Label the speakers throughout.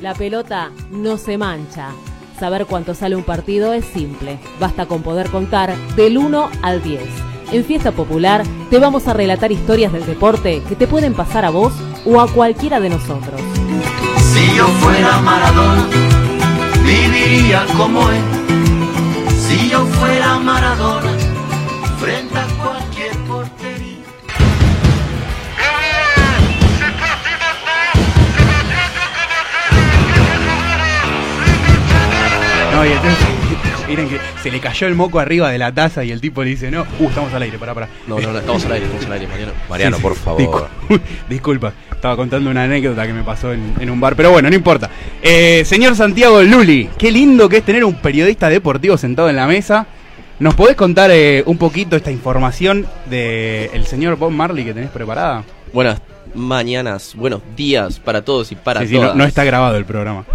Speaker 1: La pelota no se mancha. Saber cuánto sale un partido es simple. Basta con poder contar del 1 al 10. En Fiesta Popular te vamos a relatar historias del deporte que te pueden pasar a vos o a cualquiera de nosotros.
Speaker 2: Si yo fuera Maradona, viviría como él. Si yo fuera Maradona, frente a cualquier portería.
Speaker 3: No, y entonces, miren que se le cayó el moco arriba de la taza y el tipo le dice, no, uh, estamos al aire, pará, pará.
Speaker 4: No, no, no, estamos al aire, estamos al aire, Mariano.
Speaker 5: Mariano,
Speaker 3: Sí, sí.
Speaker 5: por favor.
Speaker 3: Discul- Disculpa, estaba contando una anécdota que me pasó en, en un bar, pero bueno, no importa. Eh, señor Santiago Luli, qué lindo que es tener un periodista deportivo sentado en la mesa. ¿Nos podés contar eh, un poquito esta información del señor Bob Marley que tenés preparada?
Speaker 4: Buenas mañanas, buenos días para todos y para
Speaker 3: Sí, sí,
Speaker 4: todas.
Speaker 3: no, no está grabado el programa.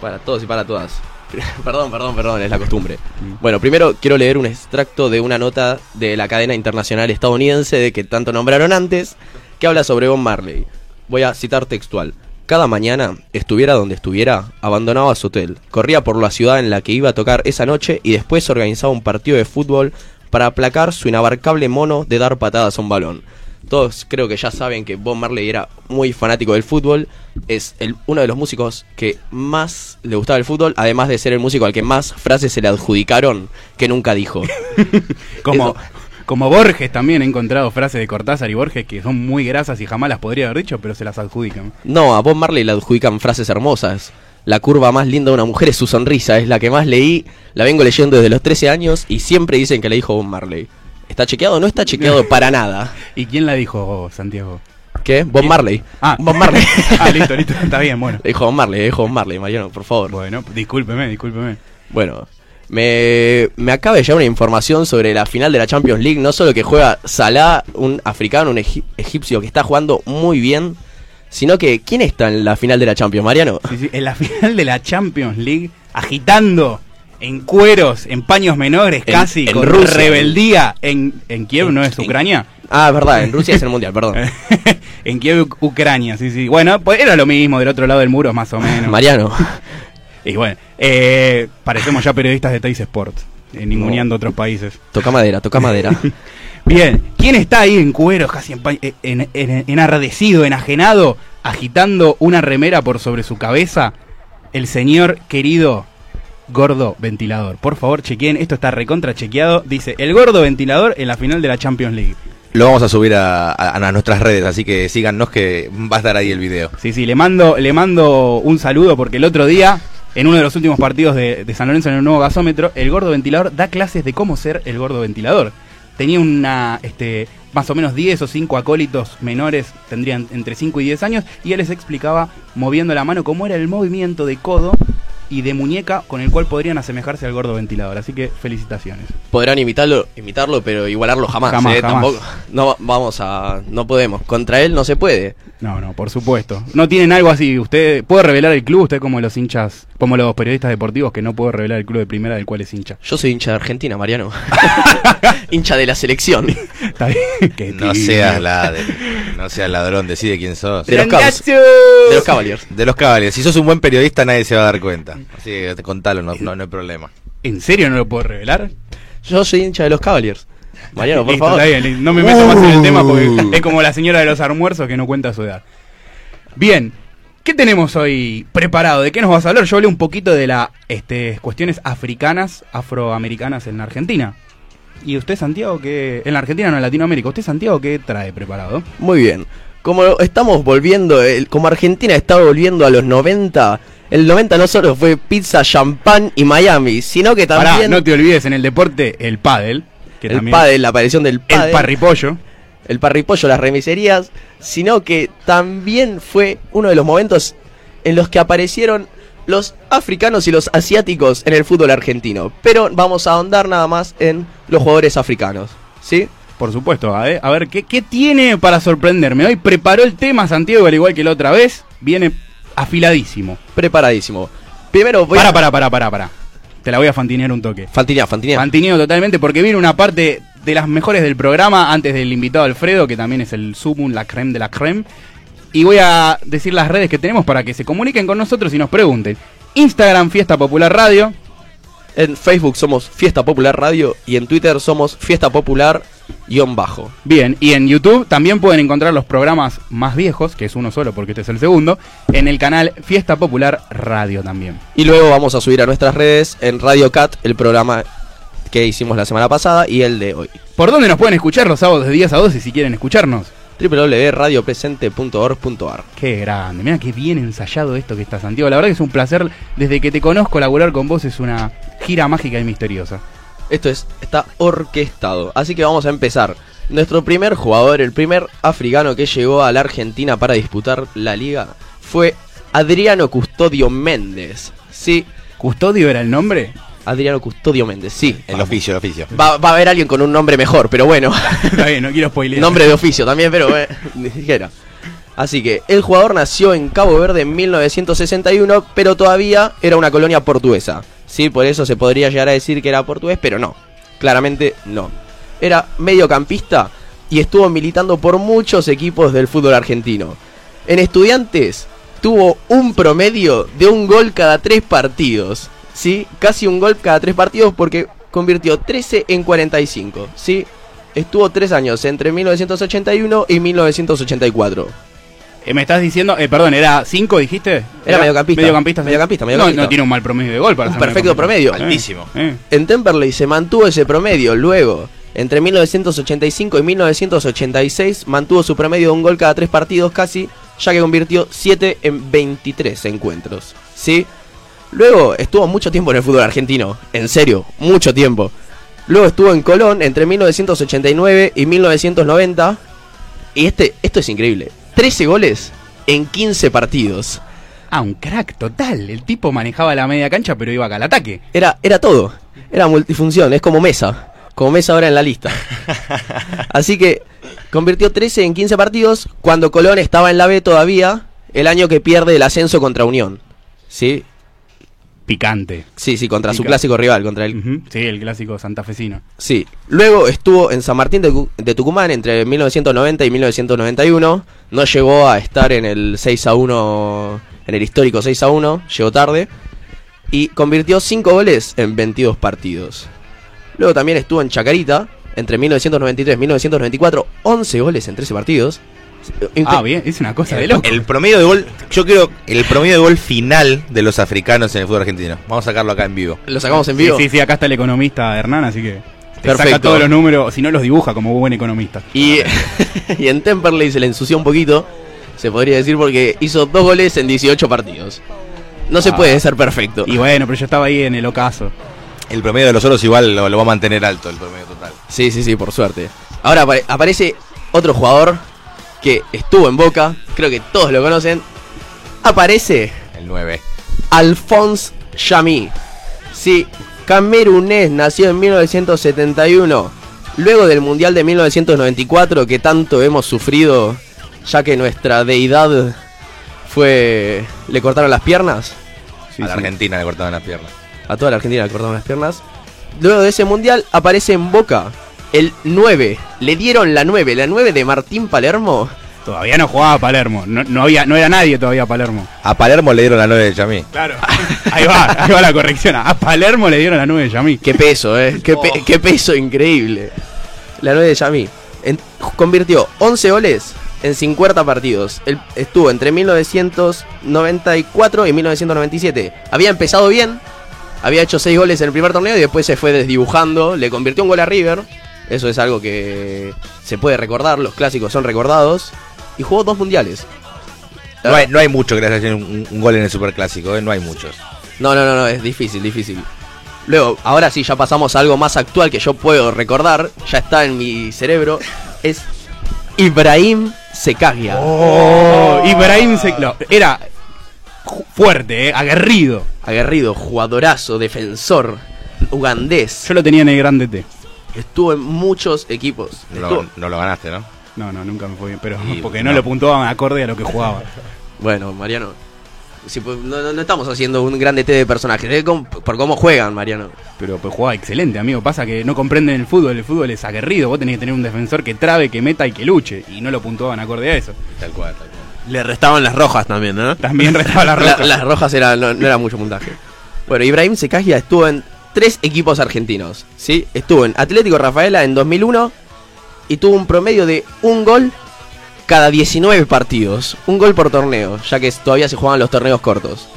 Speaker 4: Para todos y para todas. perdón, perdón, perdón, es la costumbre. Bueno, primero quiero leer un extracto de una nota de la cadena internacional estadounidense de que tanto nombraron antes, que habla sobre Bob Marley. Voy a citar textual. Cada mañana, estuviera donde estuviera, abandonaba su hotel, corría por la ciudad en la que iba a tocar esa noche y después organizaba un partido de fútbol para aplacar su inabarcable mono de dar patadas a un balón. Todos creo que ya saben que Bob Marley era muy fanático del fútbol. Es el, uno de los músicos que más le gustaba el fútbol, además de ser el músico al que más frases se le adjudicaron que nunca dijo.
Speaker 3: Como,
Speaker 4: Eso.
Speaker 3: como Borges también he encontrado frases de Cortázar y Borges que son muy grasas y jamás las podría haber dicho, pero se las adjudican.
Speaker 4: No, a Bob Marley le adjudican frases hermosas. La curva más linda de una mujer es su sonrisa, es la que más leí, la vengo leyendo desde los 13 años y siempre dicen que la dijo Bob Marley. ¿Está chequeado? No está chequeado para nada.
Speaker 3: ¿Y quién la dijo, Santiago?
Speaker 4: ¿Qué? Bob Marley.
Speaker 3: Ah.
Speaker 4: Bob Marley.
Speaker 3: ah, listo, listo, está bien, bueno.
Speaker 4: Le dijo Bob Marley, le dijo Bob Marley, Mariano, por favor.
Speaker 3: Bueno, discúlpeme, discúlpeme.
Speaker 4: Bueno, me, me acaba de llegar una información sobre la final de la Champions League. No solo que juega Salah, un africano, un egi- egipcio que está jugando muy bien, sino que ¿quién está en la final de la Champions, Mariano?
Speaker 3: Sí, sí, en la final de la Champions League, agitando en cueros, en paños menores,
Speaker 4: En-
Speaker 3: casi,
Speaker 4: en
Speaker 3: con
Speaker 4: Rusia.
Speaker 3: rebeldía en, en Kiev, ¿no es Ucrania?
Speaker 4: Ah, es verdad, en Rusia es el mundial, perdón.
Speaker 3: Eh, en Kiev, Uc- Ucrania, sí, sí. Bueno, pues era lo mismo del otro lado del muro, más o menos.
Speaker 4: Mariano,
Speaker 3: Y bueno, eh, parecemos ya periodistas de Tays Sport, eh, ninguneando otros países.
Speaker 4: toca madera, toca madera.
Speaker 3: Bien, ¿quién está ahí en cueros, casi en, pa- eh, en- en- en- enardecido, enajenado, agitando una remera por sobre su cabeza? El señor querido Gordo Ventilador. Por favor, chequeen, esto está recontra chequeado. Dice, el Gordo Ventilador en la final de la Champions League.
Speaker 5: Lo vamos a subir a, a- a nuestras redes, así que síganos que va a estar ahí el video.
Speaker 3: Sí, sí, le mando, le mando un saludo porque el otro día, en uno de los últimos partidos de, de San Lorenzo en el nuevo gasómetro, el gordo ventilador da clases de cómo ser el gordo ventilador. Tenía una, este, más o menos 10 o 5 acólitos menores, tendrían entre 5 y 10 años, y él les explicaba, moviendo la mano, cómo era el movimiento de codo y de muñeca con el cual podrían asemejarse al gordo ventilador. Así que felicitaciones.
Speaker 4: Podrán imitarlo, imitarlo, pero igualarlo jamás.
Speaker 3: Jamás,
Speaker 4: ¿eh?
Speaker 3: jamás.
Speaker 4: Tampoco, no vamos a, no podemos. Contra él no se puede.
Speaker 3: No, no, por supuesto. No tienen algo así. Usted puede revelar el club, usted como los hinchas, como los periodistas deportivos que no puede revelar el club de primera del cual es hincha.
Speaker 4: Yo soy hincha de Argentina, Mariano. hincha de la selección.
Speaker 3: Está bien. Qué
Speaker 5: No
Speaker 3: tibio.
Speaker 5: seas, la no seas ladrón, decide quién sos.
Speaker 4: De los Cavs.
Speaker 3: Trendazo.
Speaker 4: De los Cavaliers.
Speaker 5: De los Cavaliers, si sos un buen periodista nadie se va a dar cuenta. Así que contalo, no, no, no hay problema.
Speaker 3: ¿En serio no lo puedo revelar?
Speaker 4: Yo soy hincha de los Cavaliers. Mariano, por
Speaker 3: Listo,
Speaker 4: favor.
Speaker 3: está bien, li- no me meto más en el
Speaker 5: Uh.
Speaker 3: tema porque es como la señora de los almuerzos que no cuenta su edad. Bien, ¿qué tenemos hoy preparado? ¿De qué nos vas a hablar? Yo hablé un poquito de las este, cuestiones africanas, afroamericanas en la Argentina. ¿Y usted, Santiago, qué. En la Argentina, no en Latinoamérica. ¿Usted, Santiago, qué trae preparado?
Speaker 4: Muy bien. Como estamos volviendo, el- como Argentina está volviendo a los 90, el 90 no solo fue pizza, champán y Miami, sino que
Speaker 3: Pará,
Speaker 4: también
Speaker 3: no te olvides en el deporte, el pádel. Que
Speaker 4: el
Speaker 3: también-
Speaker 4: pádel, la aparición del pádel,
Speaker 3: El parripollo.
Speaker 4: el parripollo, las remiserías, sino que también fue uno de los momentos en los que aparecieron los africanos y los asiáticos en el fútbol argentino. Pero vamos a ahondar nada más en los jugadores africanos, ¿sí?
Speaker 3: Por supuesto, a ver, a ver, ¿qué, qué tiene para sorprenderme? Hoy preparó el tema Santiago, al igual que la otra vez, viene afiladísimo.
Speaker 4: Preparadísimo. Primero voy
Speaker 3: Para,
Speaker 4: a...
Speaker 3: para, para, para, para. Te la voy a fantinear un toque.
Speaker 4: Fantinea, Fantinea.
Speaker 3: Fantineo totalmente porque viene una parte de las mejores del programa antes del invitado Alfredo, que también es el sumum, la creme de la creme. y voy a decir las redes que tenemos para que se comuniquen con nosotros y nos pregunten. Instagram Fiesta Popular Radio,
Speaker 4: En Facebook somos Fiesta Popular Radio y en Twitter somos Fiesta Popular guión bajo.
Speaker 3: Bien, y en YouTube también pueden encontrar los programas más viejos, que es uno solo porque este es el segundo, en el canal Fiesta Popular Radio también.
Speaker 4: Y luego vamos a subir a nuestras redes en Radio Cat el programa que hicimos la semana pasada y el de hoy.
Speaker 3: ¿Por dónde nos pueden escuchar los sábados de 10 a 12 si quieren escucharnos?
Speaker 4: www.radiopresente.org.ar
Speaker 3: Qué grande, mira qué bien ensayado esto que está Santiago. La verdad que es un placer, desde que te conozco, laburar con vos es una gira mágica y misteriosa.
Speaker 4: Esto es, está orquestado. Así que vamos a empezar. Nuestro primer jugador, el primer africano que llegó a la Argentina para disputar la liga, fue Adriano Custodio Méndez. Sí,
Speaker 3: ¿Custodio era el nombre?
Speaker 4: Adriano Custodio Méndez, sí.
Speaker 5: El oficio, el oficio.
Speaker 4: Va, va a haber alguien con un nombre mejor, pero bueno.
Speaker 3: está bien, no quiero spoilear.
Speaker 4: nombre de oficio también, pero eh, ni siquiera. Así que el jugador nació en Cabo Verde en 1961, pero todavía era una colonia portuguesa. Sí, por eso se podría llegar a decir que era portugués, pero no. Claramente no. Era mediocampista y estuvo militando por muchos equipos del fútbol argentino. En Estudiantes tuvo un promedio de un gol cada tres partidos. Sí, casi un gol cada tres partidos porque convirtió 13 en 45. Sí, Estuvo tres años, entre 1981 y 1984.
Speaker 3: Eh, me estás diciendo, eh, perdón, ¿era 5 dijiste? Era,
Speaker 4: mediocampista.
Speaker 3: Mediocampista, sí.
Speaker 4: Mediocampista,
Speaker 3: No,
Speaker 4: mediocampista.
Speaker 3: No, tiene un mal promedio de gol para
Speaker 4: Un
Speaker 3: ser
Speaker 4: perfecto
Speaker 3: mediocampista.
Speaker 4: promedio.
Speaker 5: Altísimo.
Speaker 3: Eh.
Speaker 4: En Temperley se mantuvo ese promedio, luego, entre 1985 y 1986, mantuvo su promedio de un gol cada tres partidos casi, ya que convirtió 7 en 23 encuentros. ¿Sí? Luego estuvo mucho tiempo en el fútbol argentino, en serio, mucho tiempo. Luego estuvo en Colón entre 1989 y 1990. Y este, esto es increíble. 13 goles en 15 partidos.
Speaker 3: Ah, un crack total. El tipo manejaba la media cancha, pero iba acá al ataque.
Speaker 4: Era, era todo. Era multifunción, es como mesa. Como mesa ahora en la lista. Así que convirtió 13 en 15 partidos cuando Colón estaba en la B todavía, el año que pierde el ascenso contra Unión. ¿Sí?
Speaker 3: Picante.
Speaker 4: Sí, sí, contra su
Speaker 3: Pica.
Speaker 4: clásico rival, contra el
Speaker 3: Ujú, Sí, el clásico santafesino.
Speaker 4: Sí, luego estuvo en San Martín de, Cu- de Tucumán entre 1990 y 1991. No llegó a estar en el 6 a 1, en el histórico 6 a 1, llegó tarde. Y convirtió 5 goles en 22 partidos. Luego también estuvo en Chacarita entre 1993 y 1994, 11 goles en 13 partidos.
Speaker 3: Ah, bien, es una
Speaker 4: Eh,
Speaker 3: cosa de loco.
Speaker 5: El promedio de gol, yo creo, el promedio de gol final de los africanos en el fútbol argentino. Vamos a sacarlo acá en vivo.
Speaker 4: Lo sacamos en vivo.
Speaker 3: Sí, sí, sí, acá está el economista Hernán, así que te saca
Speaker 4: Perfecto.
Speaker 3: todos los números, o si no los dibuja como buen economista.
Speaker 4: Y, y en Temperley se le ensució un poquito, se podría decir, porque hizo dos goles en 18 partidos. No se
Speaker 3: Ah.
Speaker 4: puede ser perfecto.
Speaker 3: Y bueno, pero yo estaba ahí en el ocaso.
Speaker 5: El promedio de los oros igual lo, lo va a mantener alto, el promedio total.
Speaker 4: Sí, sí, sí, por suerte. Ahora apare- aparece otro jugador que estuvo en Boca, creo que todos lo conocen. Aparece
Speaker 5: El 9.
Speaker 4: Alphonse Chamy. Sí, camerunés, nació en 1971. Luego del Mundial de 1994 que tanto hemos sufrido, ya que nuestra deidad fue... le cortaron las piernas.
Speaker 3: Sí,
Speaker 5: a la
Speaker 3: sí.
Speaker 5: Argentina le cortaban las piernas.
Speaker 4: A toda la Argentina le cortaron las piernas. Luego de ese Mundial aparece en Boca el 9. Le dieron la 9, la 9 de Martín Palermo.
Speaker 3: Todavía no jugaba Palermo, no, no había, no era nadie todavía Palermo.
Speaker 5: A Palermo le dieron la 9 de Chamí.
Speaker 3: Claro. ahí va, ahí va la corrección. A Palermo le dieron la nube a mí.
Speaker 4: Qué peso, ¿eh? Qué, pe- qué peso increíble. La 9 de Yamí. En- convirtió 11 goles en 50 partidos. Él estuvo entre 1994 y 1997. Había empezado bien. Había hecho 6 goles en el primer torneo y después se fue desdibujando. Le convirtió un gol a River. Eso es algo que se puede recordar. Los clásicos son recordados. Y jugó dos mundiales.
Speaker 5: No hay, no hay mucho que le haya hecho un, un gol en el superclásico, ¿eh? no hay muchos.
Speaker 4: No, no, no, no, es difícil, difícil. Luego, ahora sí, ya pasamos a algo más actual que yo puedo recordar, ya está en mi cerebro, es Ibrahim Sekagia.
Speaker 3: Oh, Ibrahim se, no, era ju- fuerte, eh, aguerrido.
Speaker 4: Aguerrido, jugadorazo, defensor, ugandés.
Speaker 3: Yo lo tenía en el grande T.
Speaker 4: Estuvo en muchos equipos.
Speaker 5: No
Speaker 4: Estuvo-
Speaker 5: lo, no lo ganaste, ¿no?
Speaker 3: No, no, nunca me fue bien, pero
Speaker 5: Y
Speaker 3: porque no,
Speaker 5: no.
Speaker 3: lo puntuaban acorde a lo que jugaba.
Speaker 4: Bueno, Mariano, si po- no, no- no estamos haciendo un gran DT de personajes, es com- por cómo juegan, Mariano.
Speaker 3: Pero pues jugaba excelente, amigo. Pasa que no comprenden el fútbol, el fútbol es aguerrido. Vos tenés que tener un defensor que trabe, que meta y que luche. Y no lo puntuaban acorde a eso.
Speaker 5: Tal cual, tal cual.
Speaker 6: Le restaban las rojas también, ¿no?
Speaker 3: También restaba la
Speaker 4: La-
Speaker 3: roca.
Speaker 4: las rojas eran, no, no era mucho puntaje. Bueno, Ibrahim Secagia estuvo en tres equipos argentinos. ¿sí? Estuvo en Atlético Rafaela en 2001 y tuvo un promedio de un gol cada 19 partidos. Un gol por torneo, ya que todavía se jugaban los torneos cortos.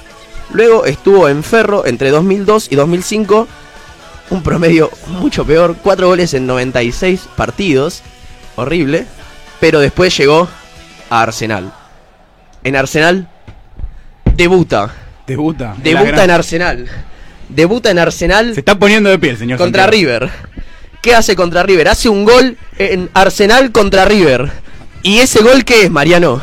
Speaker 4: Luego estuvo en Ferro entre 2002 y 2005. Un promedio mucho peor, cuatro goles en 96 partidos. Horrible. Pero después llegó a Arsenal. En Arsenal debuta.
Speaker 3: Debuta. La
Speaker 4: Debuta
Speaker 3: gran-
Speaker 4: en Arsenal. Debuta en Arsenal
Speaker 3: Se está poniendo de pie el señor.
Speaker 4: contra
Speaker 3: Santiago.
Speaker 4: River. ¿Qué hace contra River? Hace un gol en Arsenal contra River. ¿Y ese gol qué es, Mariano?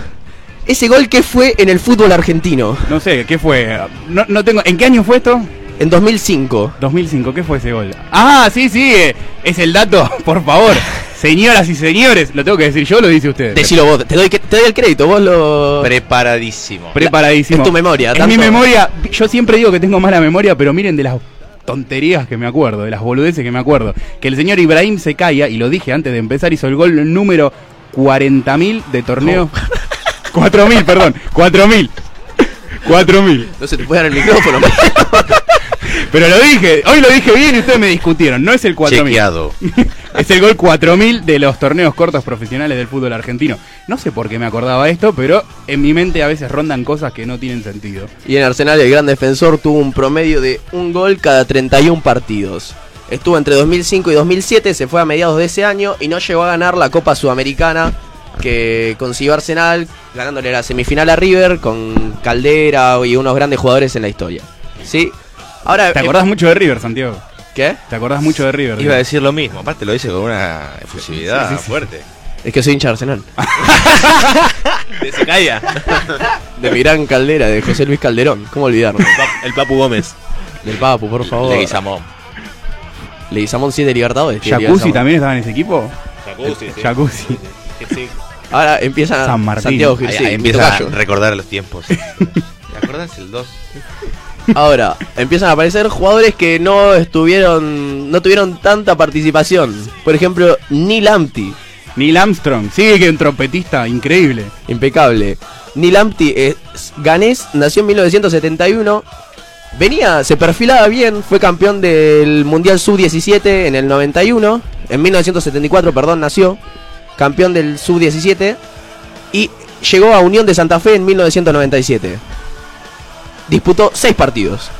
Speaker 4: Ese gol que fue en el fútbol argentino,
Speaker 3: No sé, ¿qué fue? No, no tengo. ¿En qué año fue esto?
Speaker 4: en 2005.
Speaker 3: 2005, ¿qué fue ese gol? Ah, sí, sí, eh, es el dato, por favor. Señoras y señores, lo tengo que decir yo, lo dice usted.
Speaker 4: Decilo vos, te doy, que- te doy el crédito, vos lo...
Speaker 5: Preparadísimo.
Speaker 3: Preparadísimo.
Speaker 4: Es tu memoria,
Speaker 3: Es
Speaker 4: tanto-
Speaker 3: mi memoria. Yo siempre digo que tengo mala memoria, pero miren de las tonterías que me acuerdo, de las boludeces que me acuerdo. Que el señor Ibrahim se calla, y lo dije antes de empezar, hizo el gol número 40.000 de torneo. 4.000, perdón. 4.000. 4.000.
Speaker 4: No se te puede dar el micrófono.
Speaker 3: Pero lo dije, hoy lo dije bien y ustedes me discutieron. No es el 4.000.
Speaker 5: Chequeado.
Speaker 3: es el gol 4000 de los torneos cortos profesionales del fútbol argentino. No sé por qué me acordaba esto, pero en mi mente a veces rondan cosas que no tienen sentido.
Speaker 4: y en Arsenal el gran defensor tuvo un promedio de un gol cada 31 partidos. Estuvo entre 2005 y 2007, se fue a mediados de ese año y no llegó a ganar la Copa Sudamericana que consiguió Arsenal ganándole la semifinal a River con Caldera y unos grandes jugadores en la historia. ¿Sí? Ahora...
Speaker 3: ¿Te
Speaker 4: eh,
Speaker 3: acordás mucho de River, Santiago?
Speaker 4: ¿Qué?
Speaker 3: ¿Te acordás mucho de River?
Speaker 5: Iba a decir lo mismo. Aparte lo dice con una efusividad
Speaker 3: Sí, sí, sí.
Speaker 5: fuerte.
Speaker 4: Es que soy hincha de Arsenal.
Speaker 6: De Secaya.
Speaker 4: De mi gran Caldera, de José Luis Calderón. ¿Cómo olvidarlo?
Speaker 6: El Papu Gómez.
Speaker 4: Del Papu, por favor.
Speaker 5: Leguizamón.
Speaker 4: Leguizamón sí es de Libertadores. tiene
Speaker 3: ¿Jacuzzi
Speaker 4: Leguizamón.
Speaker 3: también estaba en ese equipo? Eh,
Speaker 6: Jacuzzi, sí.
Speaker 3: Jacuzzi.
Speaker 6: Sí.
Speaker 4: Ahora empieza
Speaker 3: San Martín.
Speaker 4: Santiago
Speaker 5: Ahí,
Speaker 4: Gil,
Speaker 5: ahí
Speaker 4: sí,
Speaker 5: empieza a
Speaker 4: mi tocayo.
Speaker 5: recordar los tiempos. ¿Te acordás el 2?
Speaker 4: Ahora, empiezan a aparecer jugadores que no estuvieron. no tuvieron tanta participación. Por ejemplo, Neil Amti,
Speaker 3: Neil Armstrong, sí, que un trompetista increíble.
Speaker 4: impecable. Neil Amti es ganés, nació en 1971. Venía, se perfilaba bien, fue campeón del Mundial Sub-17 en el 91. En 1974, perdón, nació. Campeón del Sub-17. Y llegó a Unión de Santa Fe en 1997. Disputó seis partidos.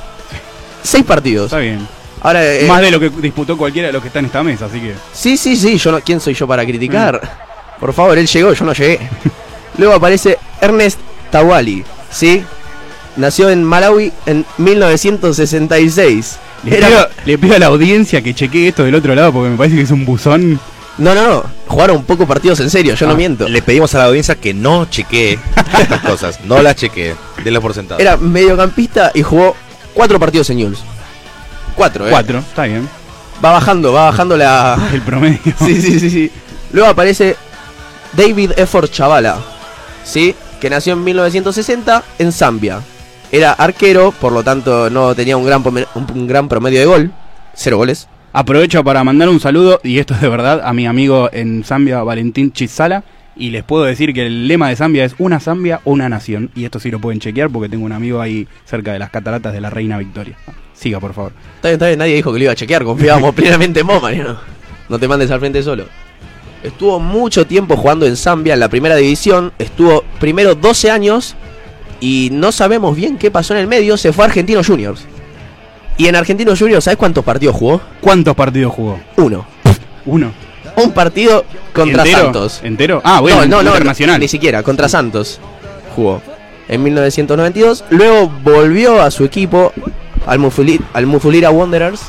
Speaker 4: Seis partidos.
Speaker 3: Está bien.
Speaker 4: Ahora, eh,
Speaker 3: Más de lo que disputó cualquiera de los que está en esta mesa, así que.
Speaker 4: Sí, sí, sí, yo no, ¿quién soy yo para criticar? Por favor, él llegó, yo no llegué. Luego aparece Ernest Tawali, ¿sí? Nació en Malawi en 1966.
Speaker 3: Le
Speaker 4: Era-
Speaker 3: pido, le pido a la audiencia que chequee esto del otro lado porque me parece que es un buzón.
Speaker 4: No, no, no, jugaron poco partidos en serio, yo
Speaker 3: Ah,
Speaker 4: no miento.
Speaker 5: Le pedimos a la audiencia que no chequee estas cosas. No las chequee. De los porcentajes.
Speaker 4: Era mediocampista y jugó cuatro partidos en News. Cuatro, ¿eh?
Speaker 3: Cuatro, está bien.
Speaker 4: Va bajando, va bajando la...
Speaker 3: El promedio.
Speaker 4: Sí, sí, sí, sí. Luego aparece David Effort Chavala, ¿sí? Que nació en 1960 en Zambia. Era arquero, por lo tanto no tenía un gran, pome- un, un gran promedio de gol. Cero goles.
Speaker 3: Aprovecho para mandar un saludo, y esto es de verdad, a mi amigo en Zambia, Valentín Chisala. Y les puedo decir que el lema de Zambia es una Zambia, una nación. Y esto sí lo pueden chequear porque tengo un amigo ahí cerca de las cataratas de la Reina Victoria. Siga, por favor.
Speaker 4: Está bien, está bien, nadie dijo que lo iba a chequear, confiábamos plenamente en vos, Mariano. No te mandes al frente solo. Estuvo mucho tiempo jugando en Zambia en la primera división, estuvo primero 12 años y no sabemos bien qué pasó en el medio, se fue a Argentinos Juniors. Y en Argentinos Juniors, ¿sabes cuántos partidos jugó?
Speaker 3: ¿Cuántos partidos jugó?
Speaker 4: Uno.
Speaker 3: Uno.
Speaker 4: Un partido contra
Speaker 3: ¿Entero?
Speaker 4: Santos.
Speaker 3: ¿Entero? Ah, bueno,
Speaker 4: no, no, no,
Speaker 3: internacional.
Speaker 4: ni siquiera, contra Santos jugó en 1992. Luego volvió a su equipo, al, Mufuli- al Mufulira Wanderers,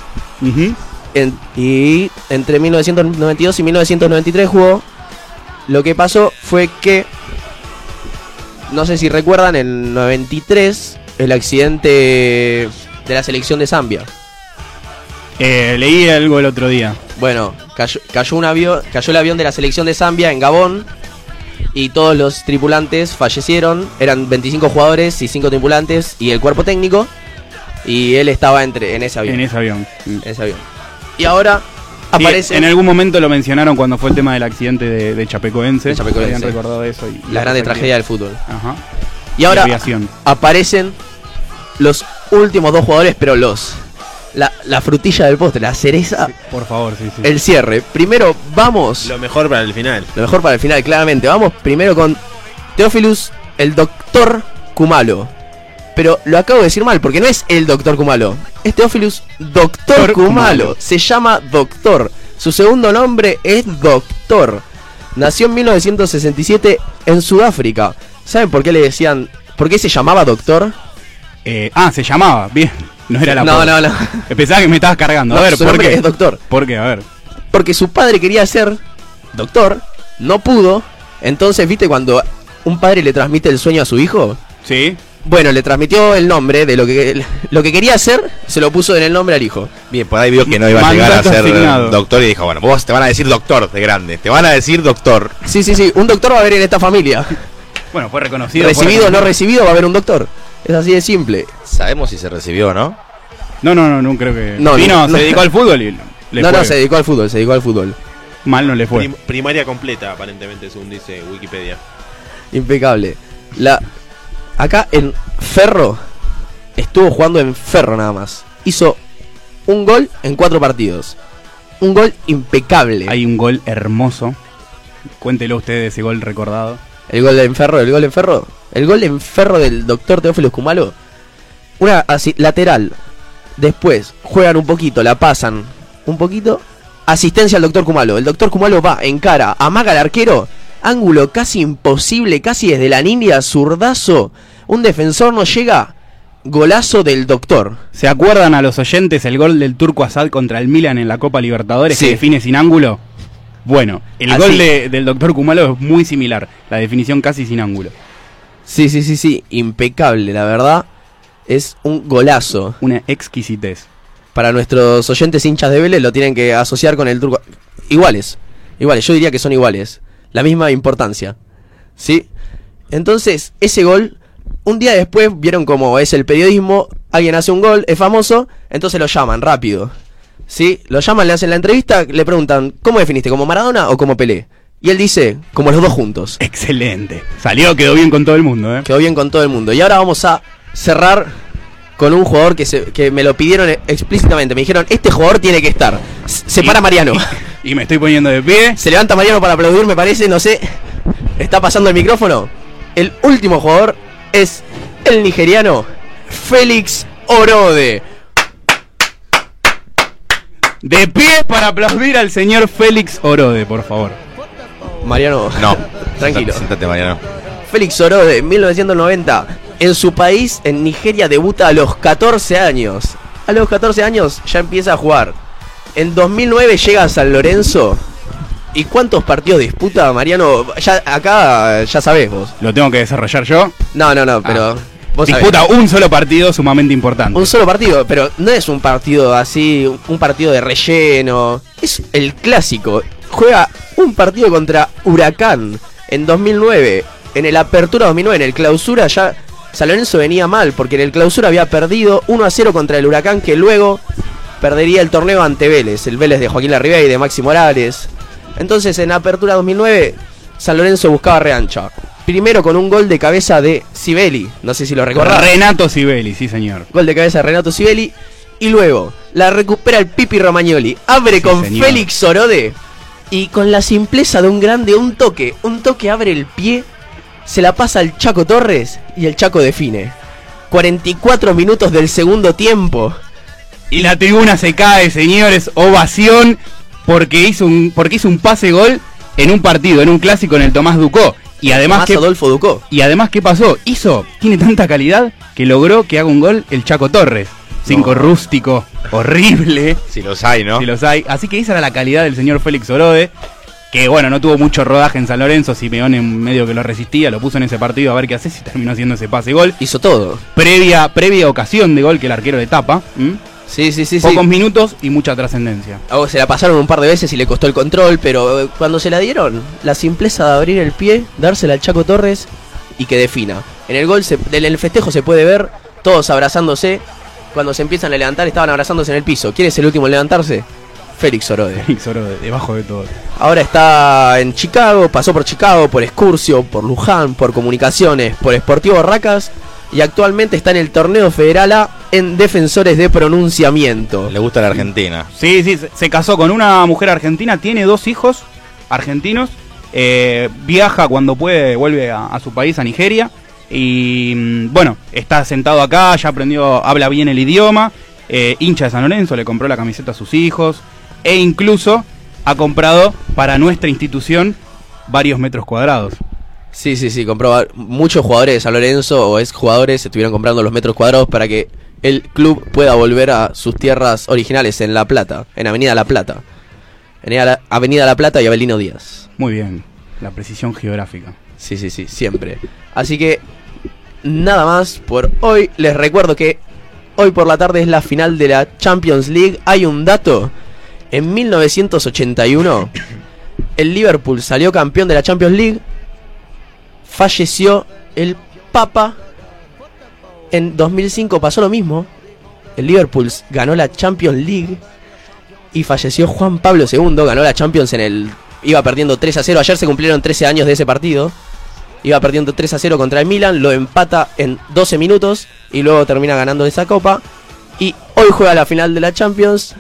Speaker 3: Ujú.
Speaker 4: en- y entre 1992 y 1993 jugó. Lo que pasó fue que, no sé si recuerdan, en 93, el accidente de la selección de Zambia.
Speaker 3: Eh, leí algo el otro día.
Speaker 4: Bueno, cayó, cayó un avión, cayó el avión de la selección de Zambia en Gabón y todos los tripulantes fallecieron. Eran 25 jugadores y 5 tripulantes y el cuerpo técnico. Y él estaba entre, en ese avión.
Speaker 3: En ese avión.
Speaker 4: en ese avión. Y ahora
Speaker 3: Sí,
Speaker 4: Mm. aparece.
Speaker 3: en algún momento lo mencionaron cuando fue el tema del accidente de, de Chapecoense.
Speaker 4: De Chapecoense.
Speaker 3: Habían recordado eso. Y,
Speaker 4: La grande tragedia del fútbol.
Speaker 3: Ajá.
Speaker 4: Y ahora
Speaker 3: aviación.
Speaker 4: aparecen los últimos dos jugadores, pero los. La, la frutilla del postre, la cereza,
Speaker 3: Por favor, sí, sí.
Speaker 4: el cierre. Primero, vamos.
Speaker 6: Lo mejor para el final.
Speaker 4: Lo mejor para el final, claramente. Vamos primero con Teófilus, el doctor Kumalo. Pero lo acabo de decir mal, porque no es el doctor Kumalo. Es Teófilus Doctor
Speaker 3: Doctor
Speaker 4: Kumalo.
Speaker 3: Kumalo.
Speaker 4: Se llama Doctor. Su segundo nombre es Doctor. Nació en 1967 en Sudáfrica. ¿Saben por qué le decían... ¿Por qué se llamaba Doctor?
Speaker 3: Eh, ah, se llamaba. Bien. No era la
Speaker 4: no,
Speaker 3: posta.
Speaker 4: no, no.
Speaker 3: Pensaba que me estabas cargando.
Speaker 4: No,
Speaker 3: a ver,
Speaker 4: su
Speaker 3: ¿por
Speaker 4: nombre
Speaker 3: qué?
Speaker 4: es doctor.
Speaker 3: ¿Por qué? A ver.
Speaker 4: Porque su padre quería ser doctor, no pudo. Entonces, ¿viste cuando un padre le transmite el sueño a su hijo?
Speaker 3: Sí.
Speaker 4: Bueno, le transmitió el nombre de lo que lo que quería hacer, se lo puso en el nombre al hijo.
Speaker 5: Bien, por ahí vio que no iba a llegar a
Speaker 3: Mandato
Speaker 5: ser
Speaker 3: asignado.
Speaker 5: doctor y dijo, bueno, vos te van a decir doctor de grande, te van a decir doctor.
Speaker 4: Sí, sí, sí, un doctor va a haber en esta familia.
Speaker 3: Bueno, fue reconocido.
Speaker 4: recibido o
Speaker 3: fue
Speaker 4: no recibido va a haber un doctor. Es así de simple.
Speaker 5: Sabemos si se recibió, ¿no?
Speaker 3: No, no, no, no creo que.
Speaker 4: No,
Speaker 3: Vino,
Speaker 4: no.
Speaker 3: se dedicó al fútbol y le
Speaker 4: no,
Speaker 3: fue.
Speaker 4: no, se dedicó al fútbol, se dedicó al fútbol.
Speaker 3: Mal no le fue.
Speaker 6: Prim- primaria completa, aparentemente, según dice Wikipedia.
Speaker 4: Impecable. La acá en Ferro estuvo jugando en Ferro nada más. Hizo un gol en cuatro partidos. Un gol impecable.
Speaker 3: Hay un gol hermoso. Cuéntelo ustedes ese gol recordado.
Speaker 4: El gol en Ferro, el gol en Ferro. El gol en Ferro del doctor Teófilo Escumalo. Una así, lateral. Después juegan un poquito, la pasan un poquito. Asistencia al doctor Kumalo. El doctor Kumalo va, encara, amaga al arquero. Ángulo casi imposible, casi desde la línea, zurdazo. Un defensor no llega. Golazo del doctor.
Speaker 3: ¿Se acuerdan a los oyentes el gol del Turco Asad contra el Milan en la Copa Libertadores
Speaker 4: Sí.
Speaker 3: que define sin ángulo? Bueno, el
Speaker 4: Así.
Speaker 3: gol de- del doctor Kumalo es muy similar. La definición casi sin ángulo.
Speaker 4: Sí, sí, sí, sí. Impecable, la verdad. Es un golazo.
Speaker 3: Una exquisitez.
Speaker 4: para nuestros oyentes hinchas de Vélez lo tienen que asociar con el turco. Iguales, iguales, yo diría que son iguales. La misma importancia. ¿Sí? Entonces, ese gol, un día después vieron cómo es el periodismo, alguien hace un gol, es famoso, entonces lo llaman rápido. ¿Sí? Lo llaman, le hacen la entrevista, le preguntan, ¿cómo definiste? ¿Como Maradona o como Pelé? Y él dice, como los dos juntos.
Speaker 3: Excelente. Salió, quedó bien con todo el mundo, ¿eh?
Speaker 4: Quedó bien con todo el mundo. Y ahora vamos a cerrar con un jugador que, se- que me lo pidieron e- explícitamente. Me dijeron, este jugador tiene que estar. S- Se para Mariano.
Speaker 3: Y me estoy poniendo de pie.
Speaker 4: Se levanta Mariano para aplaudir, me parece, no sé. Está pasando el micrófono. El último jugador es el nigeriano Félix Orode.
Speaker 3: De pie para aplaudir al señor Félix Orode, por favor.
Speaker 4: Mariano,
Speaker 5: No.
Speaker 4: Tranquilo.
Speaker 5: Sentate, sentate, Mariano.
Speaker 4: Félix Orode, 1990. En su país, en Nigeria, debuta a los 14 años. A los 14 años ya empieza a jugar. En 2009 llega a San Lorenzo. ¿Y cuántos partidos disputa Mariano? Ya, acá ya sabés vos.
Speaker 3: Lo tengo que desarrollar yo.
Speaker 4: No, no, no, pero vos sabés.
Speaker 3: Disputa un solo partido sumamente importante.
Speaker 4: Un solo partido, pero no es un partido así, un partido de relleno. Es el clásico. Juega un partido contra Huracán en 2009. En el Apertura 2009, en el Clausura ya San Lorenzo venía mal, porque en el Clausura había perdido 1 a 0 contra el Huracán, que luego perdería el torneo ante Vélez, el Vélez de Joaquín Larribey y de Maxi Morales. Entonces en Apertura 2009, San Lorenzo buscaba reancha. Primero con un gol de cabeza de Sibeli, no sé si lo recordás.
Speaker 3: Renato Sibeli, sí señor.
Speaker 4: Gol de cabeza de Renato Sibeli. Y luego la recupera el Pipi Romagnoli. Abre
Speaker 3: Sí,
Speaker 4: con
Speaker 3: señor.
Speaker 4: Félix Orode. Y con la simpleza de un grande, un toque. Un toque abre el pie. Se la pasa al Chaco Torres. Y el Chaco define. 44 minutos del segundo tiempo.
Speaker 3: Y la tribuna se cae, señores, ovación porque hizo un porque hizo un pase gol en un partido, en un clásico en el Tomás Ducó. Y además
Speaker 4: Más
Speaker 3: que
Speaker 4: Adolfo Ducó.
Speaker 3: y además qué pasó? Hizo, tiene tanta calidad que logró que haga un gol el Chaco Torres. Cinco rústico, horrible.
Speaker 5: Si los hay, ¿no?
Speaker 3: si los hay. Así que esa era la calidad del señor Félix Orode, que bueno, no tuvo mucho rodaje en San Lorenzo, Simeone medio que lo resistía, lo puso en ese partido a ver qué hace si terminó haciendo ese pase gol.
Speaker 4: Hizo todo.
Speaker 3: Previa, previa ocasión de gol que el arquero le tapa. ¿m?
Speaker 4: Sí, sí, sí,
Speaker 3: Pocos minutos y mucha trascendencia.
Speaker 4: Ah, bueno, Se la pasaron un par de veces y le costó el control, pero eh, cuando se la dieron, la simpleza de abrir el pie, dársela al Chaco Torres y que defina. En el gol, se- en el festejo se puede ver todos abrazándose. Cuando se empiezan a levantar, estaban abrazándose en el piso. ¿Quién es el último en levantarse? Félix Orode.
Speaker 3: Félix Orode, debajo de todo.
Speaker 4: Ahora está en Chicago, pasó por Chicago, por Excursio, por Luján, por Comunicaciones, por Esportivo Barracas y actualmente está en el Torneo Federal A en Defensores de Pronunciamiento.
Speaker 5: Le gusta la Argentina.
Speaker 3: Sí, sí, se, se casó con una mujer argentina, tiene dos hijos argentinos, eh, viaja cuando puede, vuelve a, a su país, a Nigeria, y mm, bueno, está sentado acá, ya aprendió, habla bien el idioma, eh, hincha de San Lorenzo, le compró la camiseta a sus hijos, e incluso ha comprado para nuestra institución varios metros cuadrados.
Speaker 4: Sí, sí, sí, compró va- muchos jugadores de San Lorenzo o exjugadores se estuvieron comprando los metros cuadrados para que el club pueda volver a sus tierras originales en La Plata, en Avenida La Plata. Avenida La, Avenida La Plata y Abelino Díaz.
Speaker 3: Muy bien, la precisión geográfica.
Speaker 4: Sí, sí, sí, siempre. Así que nada más por hoy. Les recuerdo que hoy por la tarde es la final de la Champions League. Hay un dato. En 1981 el Liverpool salió campeón de la Champions League. Falleció el Papa. En 2005 pasó lo mismo. El Liverpool ganó la Champions League y falleció Juan Pablo II, ganó la Champions en el... Iba perdiendo 3 a 0, ayer se cumplieron 13 años de ese partido. Iba perdiendo 3 a 0 contra el Milan, lo empata en 12 minutos y luego termina ganando esa copa. Y hoy juega la final de la Champions.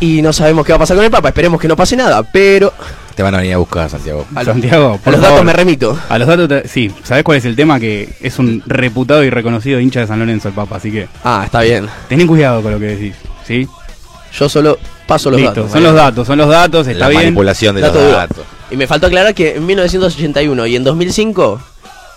Speaker 4: Y no sabemos qué va a pasar con el Papa, esperemos que no pase nada, pero
Speaker 5: Te van a venir a buscar, Santiago.
Speaker 4: A los-
Speaker 3: Santiago,
Speaker 4: a
Speaker 3: por
Speaker 4: los
Speaker 3: favor.
Speaker 4: datos me remito.
Speaker 3: A los datos, te- sí, ¿sabés cuál es el tema? Que es un reputado y reconocido hincha de San Lorenzo el Papa, así que
Speaker 4: Ah, está bien.
Speaker 3: tenés cuidado con lo que decís, ¿sí?
Speaker 4: Yo solo paso los
Speaker 3: Listo,
Speaker 4: datos.
Speaker 3: son los datos, son los datos, está
Speaker 5: la
Speaker 3: bien.
Speaker 5: manipulación de
Speaker 4: Dato
Speaker 5: los
Speaker 4: duro.
Speaker 5: datos.
Speaker 4: Y me faltó aclarar que en 1981 y en 2005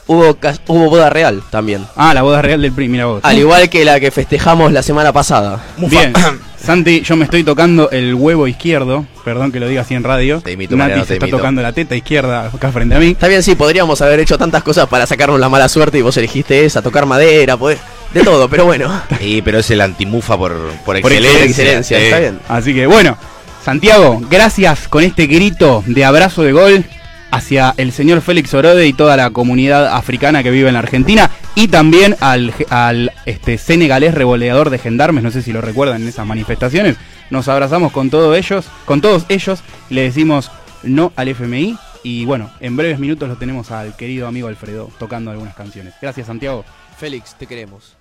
Speaker 4: hubo, cas- hubo boda real también.
Speaker 3: Ah, la boda real del PRI, mira vos.
Speaker 4: Al igual que la que festejamos la semana pasada.
Speaker 3: Bien, Santi, yo me estoy tocando el huevo izquierdo, perdón que lo diga así en radio.
Speaker 5: Te imito,
Speaker 3: Nati
Speaker 5: Mariano,
Speaker 3: se
Speaker 5: te
Speaker 3: está
Speaker 5: imito.
Speaker 3: tocando la teta izquierda acá frente a mí.
Speaker 4: Está bien, sí, podríamos haber hecho tantas cosas para sacarnos la mala suerte y vos elegiste esa, tocar madera, poder, de todo, pero bueno.
Speaker 5: Sí, pero es el antimufa por, por excelencia. eh.
Speaker 4: Por excelencia,
Speaker 5: Sí.
Speaker 4: está bien.
Speaker 3: Así que bueno, Santiago, gracias con este grito de abrazo de gol hacia el señor Félix Orode y toda la comunidad africana que vive en la Argentina y también al, ge- al este, senegalés revoleador de gendarmes, no sé si lo recuerdan en esas manifestaciones. Nos abrazamos con todos ellos, con todos ellos, y le decimos no al FMI y bueno, en breves minutos lo tenemos al querido amigo Alfredo tocando algunas canciones. Gracias Santiago.
Speaker 4: Félix, te queremos.